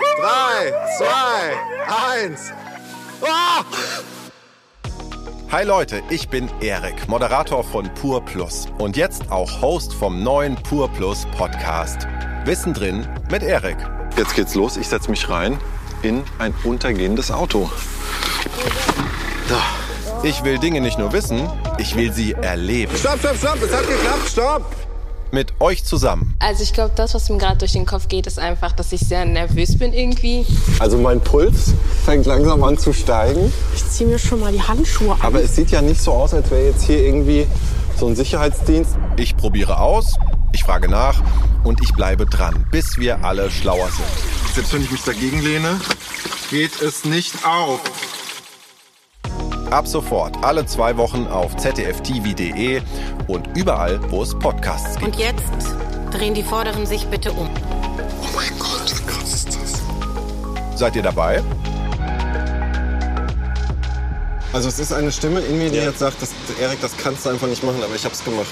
3, 2, 1. Ah! Hi Leute, ich bin Erik, Moderator von Pur Plus und jetzt auch Host vom neuen Pur Plus Podcast. Wissen drin mit Erik. Jetzt geht's los. Ich setze mich rein in ein untergehendes Auto. Ich will Dinge nicht nur wissen, ich will sie erleben. Stopp, stopp, stopp. Es hat geklappt. Stopp. Mit euch zusammen. Also ich glaube, das, was mir gerade durch den Kopf geht, ist einfach, dass ich sehr nervös bin irgendwie. Also mein Puls fängt langsam an zu steigen. Ich ziehe mir schon mal die Handschuhe an. Aber es sieht ja nicht so aus, als wäre jetzt hier irgendwie so ein Sicherheitsdienst. Ich probiere aus, ich frage nach und ich bleibe dran, bis wir alle schlauer sind. Selbst wenn ich mich dagegen lehne, geht es nicht auf. Ab sofort alle zwei Wochen auf zdftv.de und überall, wo es Podcasts gibt. Und jetzt drehen die Vorderen sich bitte um. Oh mein Gott, wie krass ist das? Seid ihr dabei? Also es ist eine Stimme in mir, die jetzt sagt, dass, Erik, das kannst du einfach nicht machen, aber ich hab's gemacht.